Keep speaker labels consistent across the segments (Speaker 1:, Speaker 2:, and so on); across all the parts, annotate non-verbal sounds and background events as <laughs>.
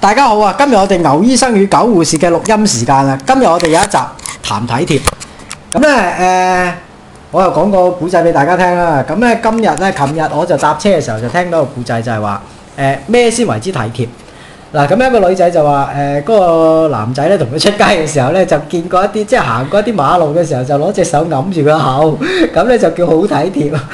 Speaker 1: 大家好啊！今日我哋牛醫生與狗護士嘅錄音時間啦。今日我哋有一集談體貼，咁咧誒，我又講個古仔俾大家聽啦。咁咧今日咧，琴日我就搭車嘅時候就聽到個古仔，就係話誒咩先為之體貼。嗱，咁樣一個女仔就話呃誒，嗰、個男仔咧同佢出街嘅時候咧，就見過一啲即係行過一啲馬路嘅時候，就攞隻手揞住個口，咁咧就叫好體貼。 <laughs>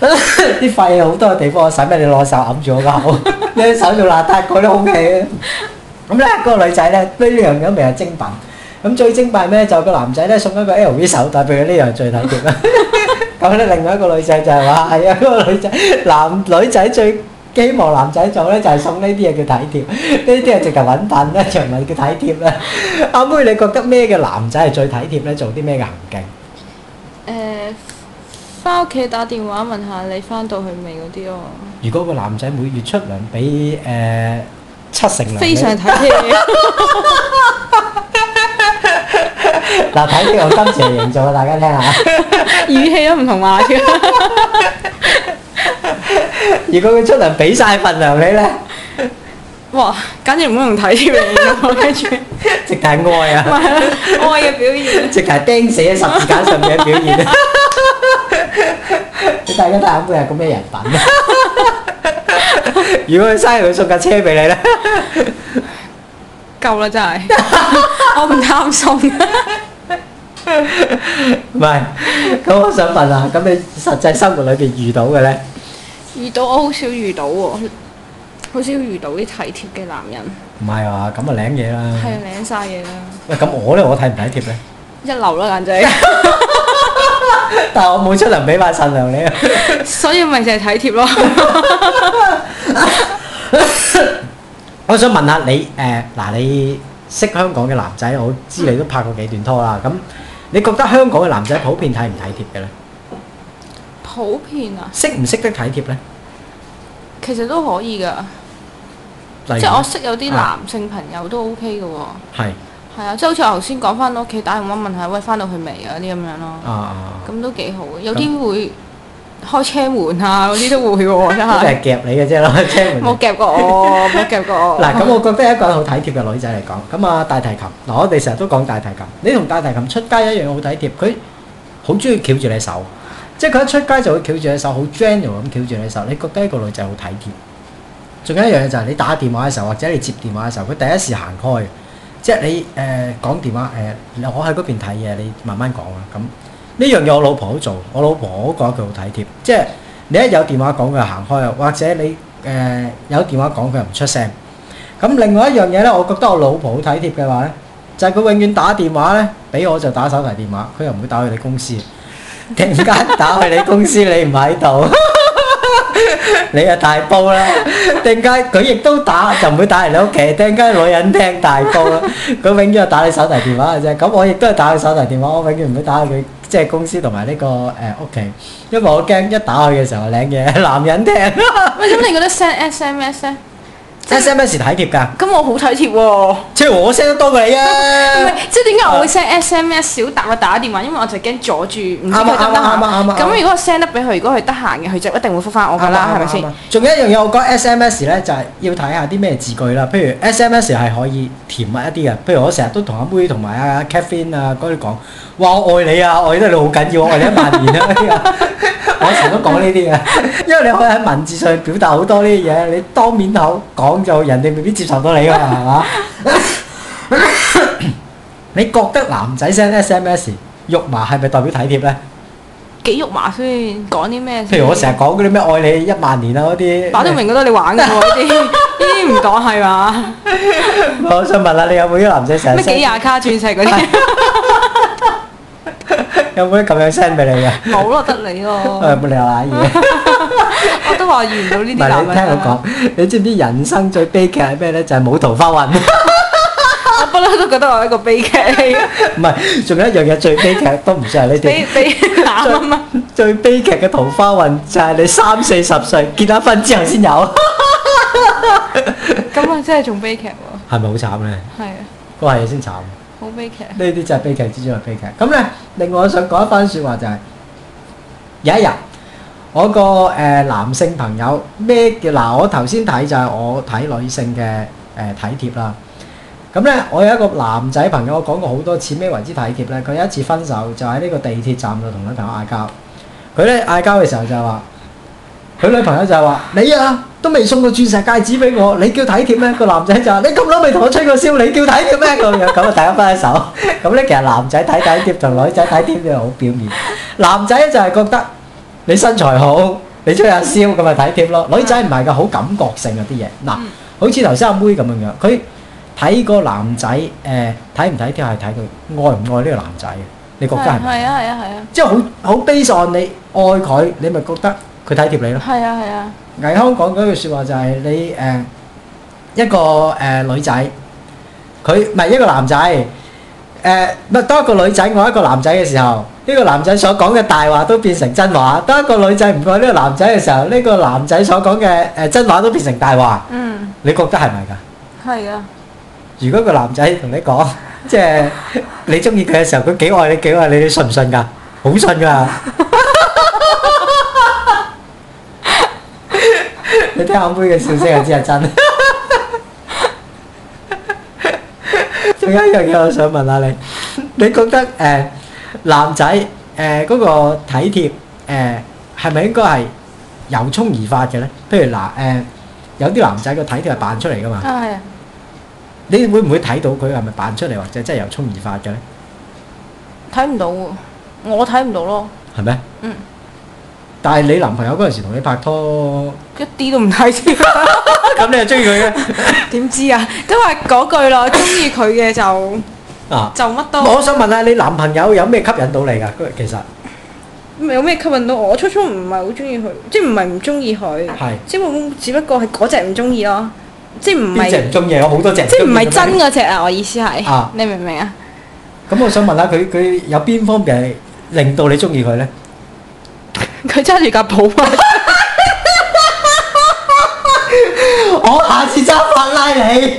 Speaker 1: 啲肺好多地方，使乜你攞手揞住我個口？你隻手就邋遢過啲空氣啊！咁咧，嗰個女仔咧，呢樣嘢未係精品。咁最精品咩？就個男仔咧送一個 LV 手袋俾佢，呢樣最體貼啦。咁咧，另外一個女仔就係話：係啊，嗰、個女仔男女仔最希望男仔做咧，就係、送呢啲嘢叫體貼，呢啲係直頭揾笨咧，就唔係叫體貼啦。阿妹，你覺得咩嘅男仔係最體貼咧？做啲咩嘅行徑？
Speaker 2: 誒，呃翻屋企打電話問下你翻到去未嗰啲咯，
Speaker 1: 如果個男仔每月出糧俾誒七成糧你，
Speaker 2: 非常體 <laughs> 貼。
Speaker 1: <laughs> 嗱，睇呢個金蛇形象，大家聽
Speaker 2: <laughs>
Speaker 1: 下。
Speaker 2: 語氣都唔同話嘅。
Speaker 1: 如果佢出糧俾晒份糧你咧，
Speaker 2: <laughs> 哇，簡直唔好用體貼嚟形容，跟住
Speaker 1: 直頭係愛啊！
Speaker 2: 咪係咯愛嘅表現。
Speaker 1: 直頭係釘死喺十字架上面嘅表現。
Speaker 2: <laughs>
Speaker 1: <laughs> 你大家睇下會係個咩人品啊？如果佢生日佢送架車俾你咧，
Speaker 2: 夠啦，真係， <laughs> 我唔貪心。
Speaker 1: 唔係咁，我想問啊，咁你實際生活裏邊遇到嘅咧，
Speaker 2: 遇到我好少遇到喎，好少遇到啲體貼嘅男人，
Speaker 1: 唔係話咁啊領嘢啦。
Speaker 2: 係領晒嘢啦，
Speaker 1: 喂，咁我咧我睇唔睇貼咧？
Speaker 2: 一流啦簡直。
Speaker 1: 但係我冇出糧俾埋份糧你啊！
Speaker 2: <laughs> 所以咪就係體貼咯。
Speaker 1: 我想問下你誒嗱、你識香港嘅男仔，我知你都拍過幾段拖啦。
Speaker 2: 嗯
Speaker 1: 咁你覺得香港嘅男仔普遍體唔體貼嘅咧？
Speaker 2: 普遍啊，
Speaker 1: 識唔識得體貼咧？
Speaker 2: 其實都可以㗎，
Speaker 1: 例如
Speaker 2: 即係我識有啲
Speaker 1: 啊
Speaker 2: 男性朋友都 OK 嘅喎。
Speaker 1: 係
Speaker 2: 係啊，即係好似我頭先講翻到屋企打電話問下，喂，翻到去未啊？嗰啲咁樣
Speaker 1: 啊
Speaker 2: 咯，
Speaker 1: 啊，
Speaker 2: 咁都幾好嘅。有啲會開車門啊， <laughs> 嗰啲都會喎，真
Speaker 1: 都 <laughs>
Speaker 2: 係
Speaker 1: 係夾你嘅啫咯，車門
Speaker 2: <laughs> 冇。夾過
Speaker 1: <laughs>
Speaker 2: 我，冇夾過我。
Speaker 1: 嗱，咁我覺得一個好體貼嘅女仔嚟講，咁啊大提琴，嗱我哋成日都講大提琴，你同大提琴出街一樣好體貼，佢好中意翹住你手，即係佢一出街就會翹住你手，好 general 咁翹住你手，你覺得一個女仔好體貼。仲有一樣嘢就係你打電話嘅時候，或者你接電話嘅時候，佢第一時行開，即係你誒、呃、講電話誒、呃我喺嗰邊睇嘢，你慢慢講啊。咁呢樣嘢我老婆都做，我老婆我都覺得佢好體貼，即係你一有電話講佢就行開啊，或者你誒、呃有電話講佢又唔出聲。咁另外一樣嘢咧，我覺得我老婆好體貼嘅話咧，就係、佢永遠打電話咧，俾我就打手提電話，佢又唔會打去你公司。突然間打去你公司，你唔喺度， <laughs> 你啊大煲啦！突然間佢亦都打，就唔會打嚟你屋企。突然間女人聽大煲啦，佢永遠係打你手提電話嘅啫。咁我亦都係打佢手提電話，我永遠唔會打去佢即係公司同埋呢個誒屋企，因為我驚一打去嘅時候領嘢，男人聽
Speaker 2: 喂，咁你覺得 send SMS 咧？
Speaker 1: SMS 體貼㗎。
Speaker 2: 咁我好體貼喎。
Speaker 1: 即係我 send 得多過你
Speaker 2: <laughs> 唔
Speaker 1: 啊！
Speaker 2: 係， <laughs> 即係點解我會 send SMS 少答我打電話？因為我就驚阻住，唔知佢
Speaker 1: 啱
Speaker 2: 得唔
Speaker 1: 啊啱啊啱
Speaker 2: 得
Speaker 1: 啊
Speaker 2: 閒。咁如果我 send 得俾佢，如果佢得閒嘅，佢就一定會覆翻我㗎啦，係咪
Speaker 1: 啱 <laughs>
Speaker 2: 先
Speaker 1: 啊？？仲有一樣嘢，我覺得 SMS 咧就係要睇下啲咩字句啦。譬如 SMS 係可以甜蜜一啲嘅，譬如我成日都同阿妹同埋阿 Catherine 啊嗰啲講，哇我愛你啊，我愛得你好緊要，我愛你一萬年啊！呢
Speaker 2: <laughs>
Speaker 1: 個我成日都講呢啲嘅，因為你可以喺文字上表達好多呢啲嘢，你當面口講就人哋未必接受到你㗎嘛，係嘛？
Speaker 2: <laughs>
Speaker 1: 你覺得男仔 send SMS 肉麻係咪代表體貼咧？
Speaker 2: 幾肉麻先講啲咩先？
Speaker 1: 譬如我
Speaker 2: <laughs>
Speaker 1: 成日講嗰啲咩愛你一萬年啊嗰啲，
Speaker 2: 擺到明覺得你玩嘅喎，呢啲呢啲唔當係嘛？
Speaker 1: <laughs> 我想問下你有冇啲男仔成日
Speaker 2: 咩幾
Speaker 1: send-
Speaker 2: 廿卡鑽石嗰啲
Speaker 1: 有冇啲咁樣 send 俾你嘅？
Speaker 2: 冇咯，得你
Speaker 1: 誒
Speaker 2: 咯。
Speaker 1: <laughs> 冇理由
Speaker 2: <laughs>
Speaker 1: 賴嘢，
Speaker 2: 我都話遇唔到呢
Speaker 1: 唔
Speaker 2: 啲
Speaker 1: 係
Speaker 2: 男
Speaker 1: 你聽
Speaker 2: 人
Speaker 1: 我
Speaker 2: 啊。
Speaker 1: 講，你知唔知人生最悲劇係咩咧？就係冇桃花運。 <laughs>
Speaker 2: 我不嬲都覺得我係一個悲劇嚟嘅，
Speaker 1: 唔係，仲有一樣嘢最悲劇都唔算係呢
Speaker 2: 悲 <laughs>
Speaker 1: 啲，
Speaker 2: 悲慘啊嘛！
Speaker 1: 最悲劇嘅桃花運就係你三四十歲結咗婚之後先有， <laughs>
Speaker 2: 咁啊，真係仲悲劇喎，
Speaker 1: 係咪好慘咧？
Speaker 2: 係啊，
Speaker 1: 嗰下嘢先慘。
Speaker 2: 好悲劇。
Speaker 1: 呢啲就係悲劇之中嘅悲劇。咁咧，另外我想講一番説話就係、有一日我個誒、呃男性朋友咩叫嗱？我頭先睇就係我睇女性嘅誒、呃體貼啦。咁咧，我有一個男仔朋友，我講過好多次咩為之體貼咧。佢有一次分手就喺呢個地鐵站度同女朋友嗌交。佢咧嗌交嘅時候就係話，佢女朋友就係話：你啊，都未送個鑽石戒指俾我，你叫體貼咩？個男仔就話：你咁耐未同我吹過簫，你叫體貼咩？咁樣咁啊，大家分咗手。咁咧，其實男仔睇體貼同女仔睇貼就好表面。 <laughs> 男仔就係覺得你身材好，你吹下簫咁咪體貼咯。女仔唔係㗎，好感覺性嗰啲嘢。嗱，
Speaker 2: 嗯
Speaker 1: 好似頭先阿妹咁樣樣，佢睇個男仔誒睇唔睇貼係睇佢愛唔愛呢個男仔嘅。你覺得係
Speaker 2: 係
Speaker 1: 咪？
Speaker 2: 係啊係啊係啊
Speaker 1: 即係好好 base on 你愛佢，你咪覺得佢體貼你咯。
Speaker 2: 係啊係啊，
Speaker 1: 倪康講嗰句説話就係你誒、呃一個誒、呃女仔，佢唔係一個男仔，誒、唔係當一個女仔愛一個男仔嘅時候，呢、個男仔所講嘅大話都變成
Speaker 2: <laughs>
Speaker 1: 真話；當一個女仔唔愛呢個男仔嘅時候，呢、個男仔所講嘅誒真話都變成大話。
Speaker 2: 嗯
Speaker 1: 你覺得係咪㗎？
Speaker 2: 係啊，
Speaker 1: 如果個男仔同你講， <laughs> 即係你中意佢嘅時候，佢幾愛你幾愛你，你信唔信㗎？ <laughs> 好信㗎！你聽阿妹嘅笑聲就知係真。 <laughs> 仲有一樣嘢我想問下你，你覺得誒、呃男仔誒嗰個體貼誒係咪應該係由衷而發嘅咧？譬如嗱誒、呃有啲男仔個體貼係扮出嚟㗎嘛
Speaker 2: 啊。係啊，
Speaker 1: 你會唔會睇到佢係咪扮出嚟，或者真係由衷而發嘅咧？
Speaker 2: 睇唔到喎，我睇唔到咯，
Speaker 1: 係咩？
Speaker 2: 嗯，
Speaker 1: 但係你男朋友嗰陣時同你拍拖，
Speaker 2: 一啲都唔
Speaker 1: <laughs>
Speaker 2: 睇添。
Speaker 1: 咁你係中意佢嘅
Speaker 2: <laughs> 點知啊？都係嗰句咯，中意佢嘅就
Speaker 1: 啊？
Speaker 2: 就乜都
Speaker 1: 我想問下你男朋友有咩吸引到你㗎？佢其實
Speaker 2: 有咩吸引到我？初初唔係好中意佢，即係唔係唔中意佢，
Speaker 1: 係
Speaker 2: 即係只不過係嗰只唔中意咯，即係唔
Speaker 1: 邊隻
Speaker 2: 係
Speaker 1: 唔中意？我好多隻
Speaker 2: 即係唔係
Speaker 1: 鍾意㗎
Speaker 2: 真
Speaker 1: 嘛。
Speaker 2: 嗰只啊！我意思係，
Speaker 1: 啊
Speaker 2: 你明唔明啊？
Speaker 1: 咁我想問下佢，佢有邊方面係令到你中意佢咧？
Speaker 2: 佢揸住架寶馬，
Speaker 1: <laughs> 我下次揸法拉利。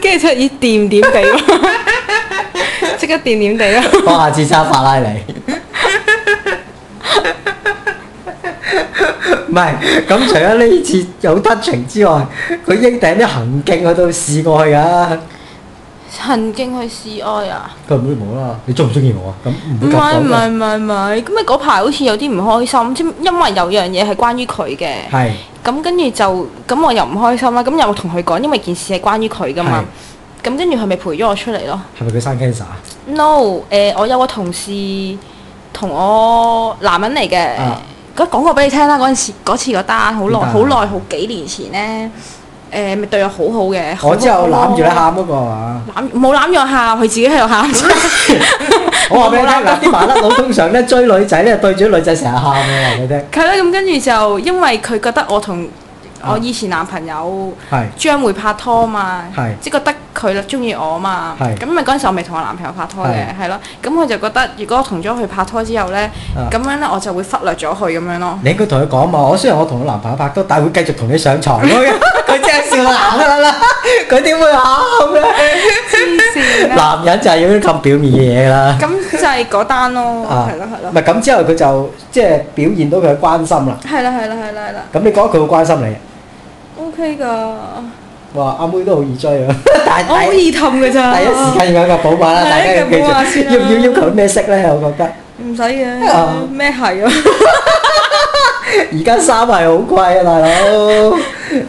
Speaker 2: 跟住出咦掂掂地咯，即刻掂掂地咯。
Speaker 1: 我下次揸法拉利。唔係，咁除咗呢次有 touching 之外，佢應頂啲行徑去到試過去㗎。
Speaker 2: 曾經去示愛啊？
Speaker 1: 佢唔會冇啦，你中唔中意我啊？咁唔
Speaker 2: 唔
Speaker 1: 會及
Speaker 2: 係
Speaker 1: 到
Speaker 2: 唔係
Speaker 1: 㗎。
Speaker 2: 唔係唔係，咁咪嗰排好似有啲唔開心，即係因為有樣嘢係關於佢嘅。
Speaker 1: 係
Speaker 2: 咁跟住就咁我又唔開心啦，咁又同佢講，因為件事係關於佢噶嘛。咁跟住佢咪陪咗我出嚟咯。
Speaker 1: 係咪佢生 cancer 啊？
Speaker 2: No，誒、我有個同事同我男人嚟嘅
Speaker 1: 啊，
Speaker 2: 咁講過俾你聽啦。嗰陣時嗰次嗰單好耐
Speaker 1: 邊單啊
Speaker 2: 好耐好幾年前咧，誒、咪對我好好啊嘅。
Speaker 1: 我之後
Speaker 2: 好好
Speaker 1: 攬住你，喊嗰個啊！
Speaker 2: 攬冇攬住我喊，佢自己喺度喊。
Speaker 1: <laughs>
Speaker 2: 啊
Speaker 1: 我話俾你聽
Speaker 2: <laughs> 我冇攬
Speaker 1: 嗱，啲麻甩佬通常咧追女仔咧，對住啲女仔成日喊嘅，話俾你聽。
Speaker 2: 係啦，咁跟住就因為佢覺得我同
Speaker 1: 啊
Speaker 2: 我以前男朋友。
Speaker 1: 係
Speaker 2: 將會拍拖嘛
Speaker 1: 係，
Speaker 2: 即係覺得佢中意我嘛，
Speaker 1: 係
Speaker 2: 咁咪嗰陣時我未同我男朋友拍拖嘅，係咯，咁佢就覺得如果我同咗佢拍拖之後呢，
Speaker 1: 啊
Speaker 2: 咁樣呢，我就會忽略咗佢咁
Speaker 1: <laughs>
Speaker 2: 樣咯。
Speaker 1: 你應該同佢講嘛，我雖然我同我男朋友拍拖，但係會繼續同你上床。
Speaker 2: <laughs>
Speaker 1: 佢真係笑啦啦 <laughs> 啦，佢點會喊咧？
Speaker 2: 黐線啦！
Speaker 1: 男人就係要啲咁表面嘅嘢啦。
Speaker 2: 咁就係嗰單咯，
Speaker 1: 啊
Speaker 2: 係咯係
Speaker 1: 唔
Speaker 2: 咯，
Speaker 1: 係咁之後佢就即係表現到佢嘅關心啦。
Speaker 2: 係啦係啦係啦係啦
Speaker 1: 咁你覺得佢會關心你啊？ <laughs>
Speaker 2: ，OK 㗎，
Speaker 1: 哇！阿妹都好易追啊，但
Speaker 2: 我好
Speaker 1: 係
Speaker 2: 易氹㗎
Speaker 1: 第
Speaker 2: 咋，
Speaker 1: 一時間要有個寶馬啦，
Speaker 2: 係啊
Speaker 1: 大家要記
Speaker 2: 一個寶馬先
Speaker 1: 住。
Speaker 2: 啦
Speaker 1: 要唔要要求咩色咧？我覺得
Speaker 2: 唔使
Speaker 1: 啊
Speaker 2: 嘅，咩係啊？
Speaker 1: 而家衫係好貴啊，大佬，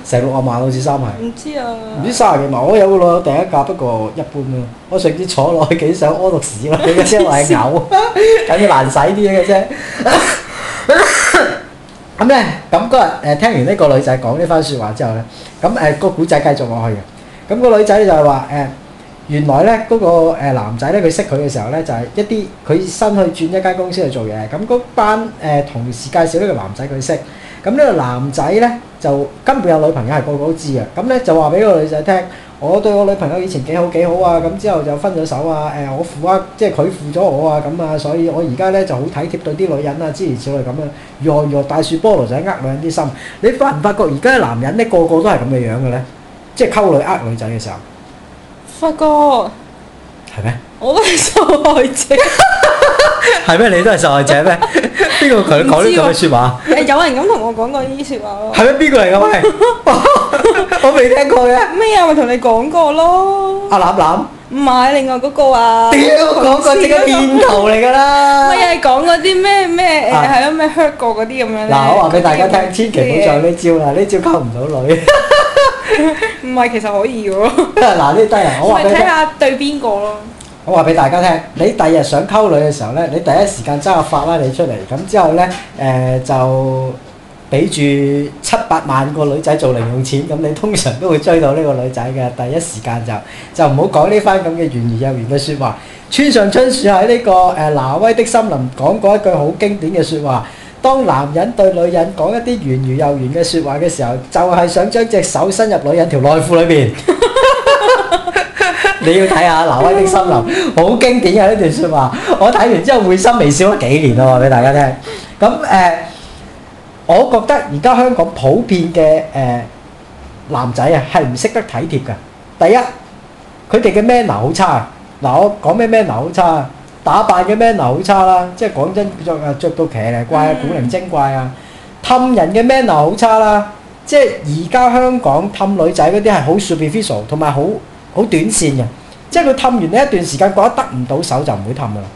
Speaker 1: 成六啊萬好似衫係。
Speaker 2: 唔知啊， <laughs>
Speaker 1: 唔知三十幾萬，我有個老友第一架，不過一般咯。我上次坐落去幾想屙落屎啦，你嘅車話係嘔，緊要難洗啲嘅啫。咁咧，咁嗰日誒聽完呢個女仔講呢番説話之後咧，咁誒個古仔繼續落去嘅。咁、個女仔咧就係話誒，原來咧嗰、個誒男仔咧，佢識佢嘅時候咧，就係、一啲佢新去轉一間公司去做嘢，咁嗰班誒同事介紹呢個男仔佢識。咁呢個男仔咧就根本有女朋友係個個都知嘅，咁咧就話俾個女仔聽，我對我女朋友以前幾好幾好啊，咁之後就分咗手啊，誒、我負啊，即係佢負咗我啊，咁啊，所以我而家咧就好體貼對啲女人啊，諸如此類咁樣，如何如何大樹菠蘿就係呃女人啲心，你發唔發覺而家嘅男人咧個個都係咁嘅樣嘅 <laughs> 咧，即係溝女呃女仔嘅時候，
Speaker 2: 發哥，
Speaker 1: 係咩？ <laughs>
Speaker 2: 我都係受害者。
Speaker 1: 係咩？你都係受害者咩？邊個同你講呢咁嘅説話？
Speaker 2: 誒有人咁同我講過呢啲説話咯。
Speaker 1: 係咩？邊個嚟㗎？喂， <laughs> 我未聽過嘅。
Speaker 2: 咩啊？咪同你講過咯。
Speaker 1: 阿攬攬，
Speaker 2: 唔係，另外嗰個啊。
Speaker 1: 屌講過
Speaker 2: 同
Speaker 1: 自
Speaker 2: 事
Speaker 1: 己
Speaker 2: 嗰個
Speaker 1: 變頭嚟㗎啦
Speaker 2: 咪。又係啊講嗰啲咩咩
Speaker 1: 啊
Speaker 2: 誒係咯咩 hurt 過嗰啲咁樣咧
Speaker 1: 嗱，我話俾大家聽，千祈唔好上呢招啦，呢招溝唔到女。 <laughs>
Speaker 2: 唔係，其實可以嘅喎。
Speaker 1: 嗱，呢低人， <laughs> 我話
Speaker 2: 咪
Speaker 1: 俾你
Speaker 2: 睇
Speaker 1: 聽，
Speaker 2: 下對邊個咯。
Speaker 1: 我話俾大家聽，你第日想溝女嘅時候咧，你第一時間揸個法拉利出嚟，咁之後咧，誒、就俾住七八萬個女仔做零用錢，咁你通常都會追到呢個女仔嘅。第一時間就就唔好講呢番咁嘅圓而又圓嘅説話。村上春樹喺呢、個誒、挪威的森林講過一句好經典嘅説話。當男人對女人講一啲圓如又圓嘅説話嘅時候，就係、想將隻手伸入女人條內褲裏邊。你要睇下《挪威的森林》，好經典嘅呢段説話。我睇完之後會心微笑咗幾年咯，話俾大家聽。咁誒、呃我覺得而家香港普遍嘅誒、呃男仔啊，係唔識得體貼嘅。第一，佢哋嘅 manner 好差啊。嗱，我講咩 manner 好差啊？打扮嘅 manner 好差啦，即係講真着啊著到騎呢怪啊，古靈精怪啊，氹人嘅 manner 好差啦。即係而家香港氹女仔嗰啲係好 superficial 同埋好好短線嘅，即係佢氹完呢一段時間覺得得唔到手就唔會氹噶啦。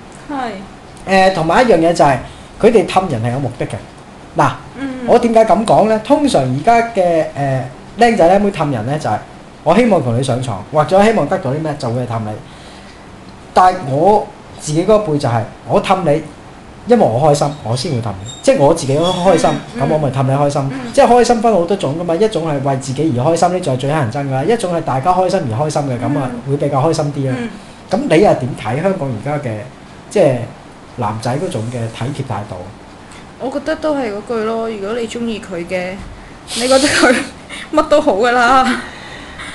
Speaker 2: 係。
Speaker 1: 誒，同埋一樣嘢就係佢哋氹人係有目的嘅。嗱，
Speaker 2: 嗯。
Speaker 1: 我點解咁講咧？通常而家嘅誒僆仔僆妹氹人咧，就係、我希望同你上床，或者希望得到啲咩，就會去氹你。但係我自己嗰一輩就係、我氹你，因為我開心，我先會氹你。即係我自己開心，咁、
Speaker 2: 嗯
Speaker 1: 我咪氹你開心。
Speaker 2: 嗯
Speaker 1: 即係開心分好多種噶嘛，一種係為自己而開心，呢就係最乞人憎噶啦；一種係大家開心而開心嘅，咁啊、會比較開心啲啦。
Speaker 2: 嗯
Speaker 1: 咁你又點睇香港而家嘅即係男仔嗰種嘅體貼態度？啊
Speaker 2: 我覺得都係嗰句咯。如果你中意佢嘅，你覺得佢 <laughs> 乜都好噶啦。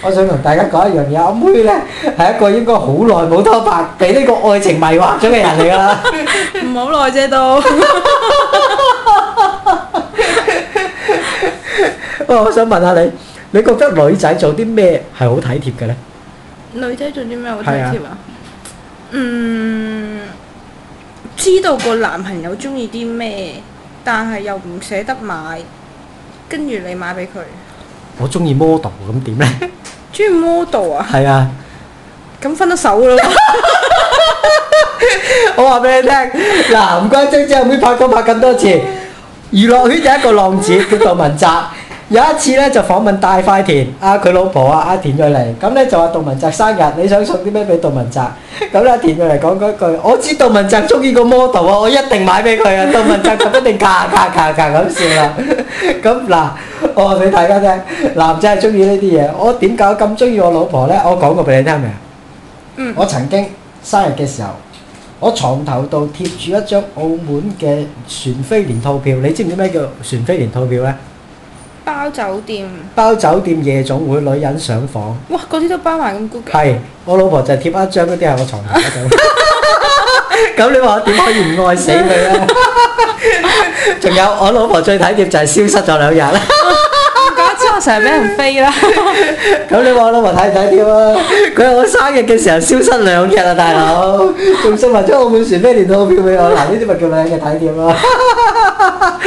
Speaker 1: 我想同大家講一樣嘢，阿妹咧係一個應該好耐冇拖拍，俾呢個愛情迷惑咗嘅人嚟㗎啦。 <laughs>
Speaker 2: 唔好耐啫都。
Speaker 1: 喂，哦我想問下你，你覺得女仔做啲咩係好體貼嘅咧？
Speaker 2: 女仔做啲咩好體
Speaker 1: 係
Speaker 2: 貼啊？嗯，知道個男朋友中意啲咩，但係又唔捨得買，跟住你買俾佢。
Speaker 1: 我中意 model 咁點咧？
Speaker 2: 中意 model 啊？
Speaker 1: 係啊，
Speaker 2: 咁分咗手咯。
Speaker 1: 我話俾你聽，嗱，唔該晶晶阿妹拍拖拍咁多次，娛樂圈有一個浪子叫杜汶澤。有一次咧就訪問大塊田，啊佢老婆啊阿田蕊妮，咁咧就話杜汶澤生日，你想送啲咩俾杜汶澤？咁咧田蕊妮講嗰句：我知杜汶澤中意個 model 啊，我一定買俾佢啊！杜汶澤就一定咔咔咔咔咁笑啦。咁嗱，我話俾大家聽，男仔係中意呢啲嘢。我點解咁中意我老婆咧？我講過俾你聽未啊？
Speaker 2: 嗯
Speaker 1: 我曾經生日嘅時候。我床頭度貼住一張澳門嘅船飛連套票，你知唔知咩叫船飛連套票呢？
Speaker 2: 包酒店，
Speaker 1: 包酒店夜總會女人上房，
Speaker 2: 哇！嗰啲都包埋咁高
Speaker 1: <laughs>
Speaker 2: 嘅。
Speaker 1: 係我老婆就貼一張嗰啲喺我床頭嗰度。咁你話我點可以唔愛死佢呢？ <laughs> 仲有我老婆最體貼就係消失咗兩日啦。
Speaker 2: 我覺得之後成日俾人飛啦。
Speaker 1: 咁你話我老婆體唔體貼啊？佢喺我生日嘅時候消失兩日啊，大佬，仲送埋張澳門船飛連套票俾我，嗱呢啲咪叫女人嘅體貼咯。啊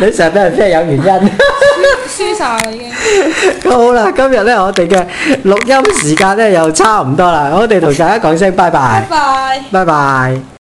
Speaker 1: 你成日俾人飛係有原因。 <laughs>
Speaker 2: 輸晒啦已經。
Speaker 1: 好啦，今日咧我哋嘅錄音時間咧又差唔多啦，我哋同大家講聲拜拜
Speaker 2: 拜，拜。
Speaker 1: 拜拜。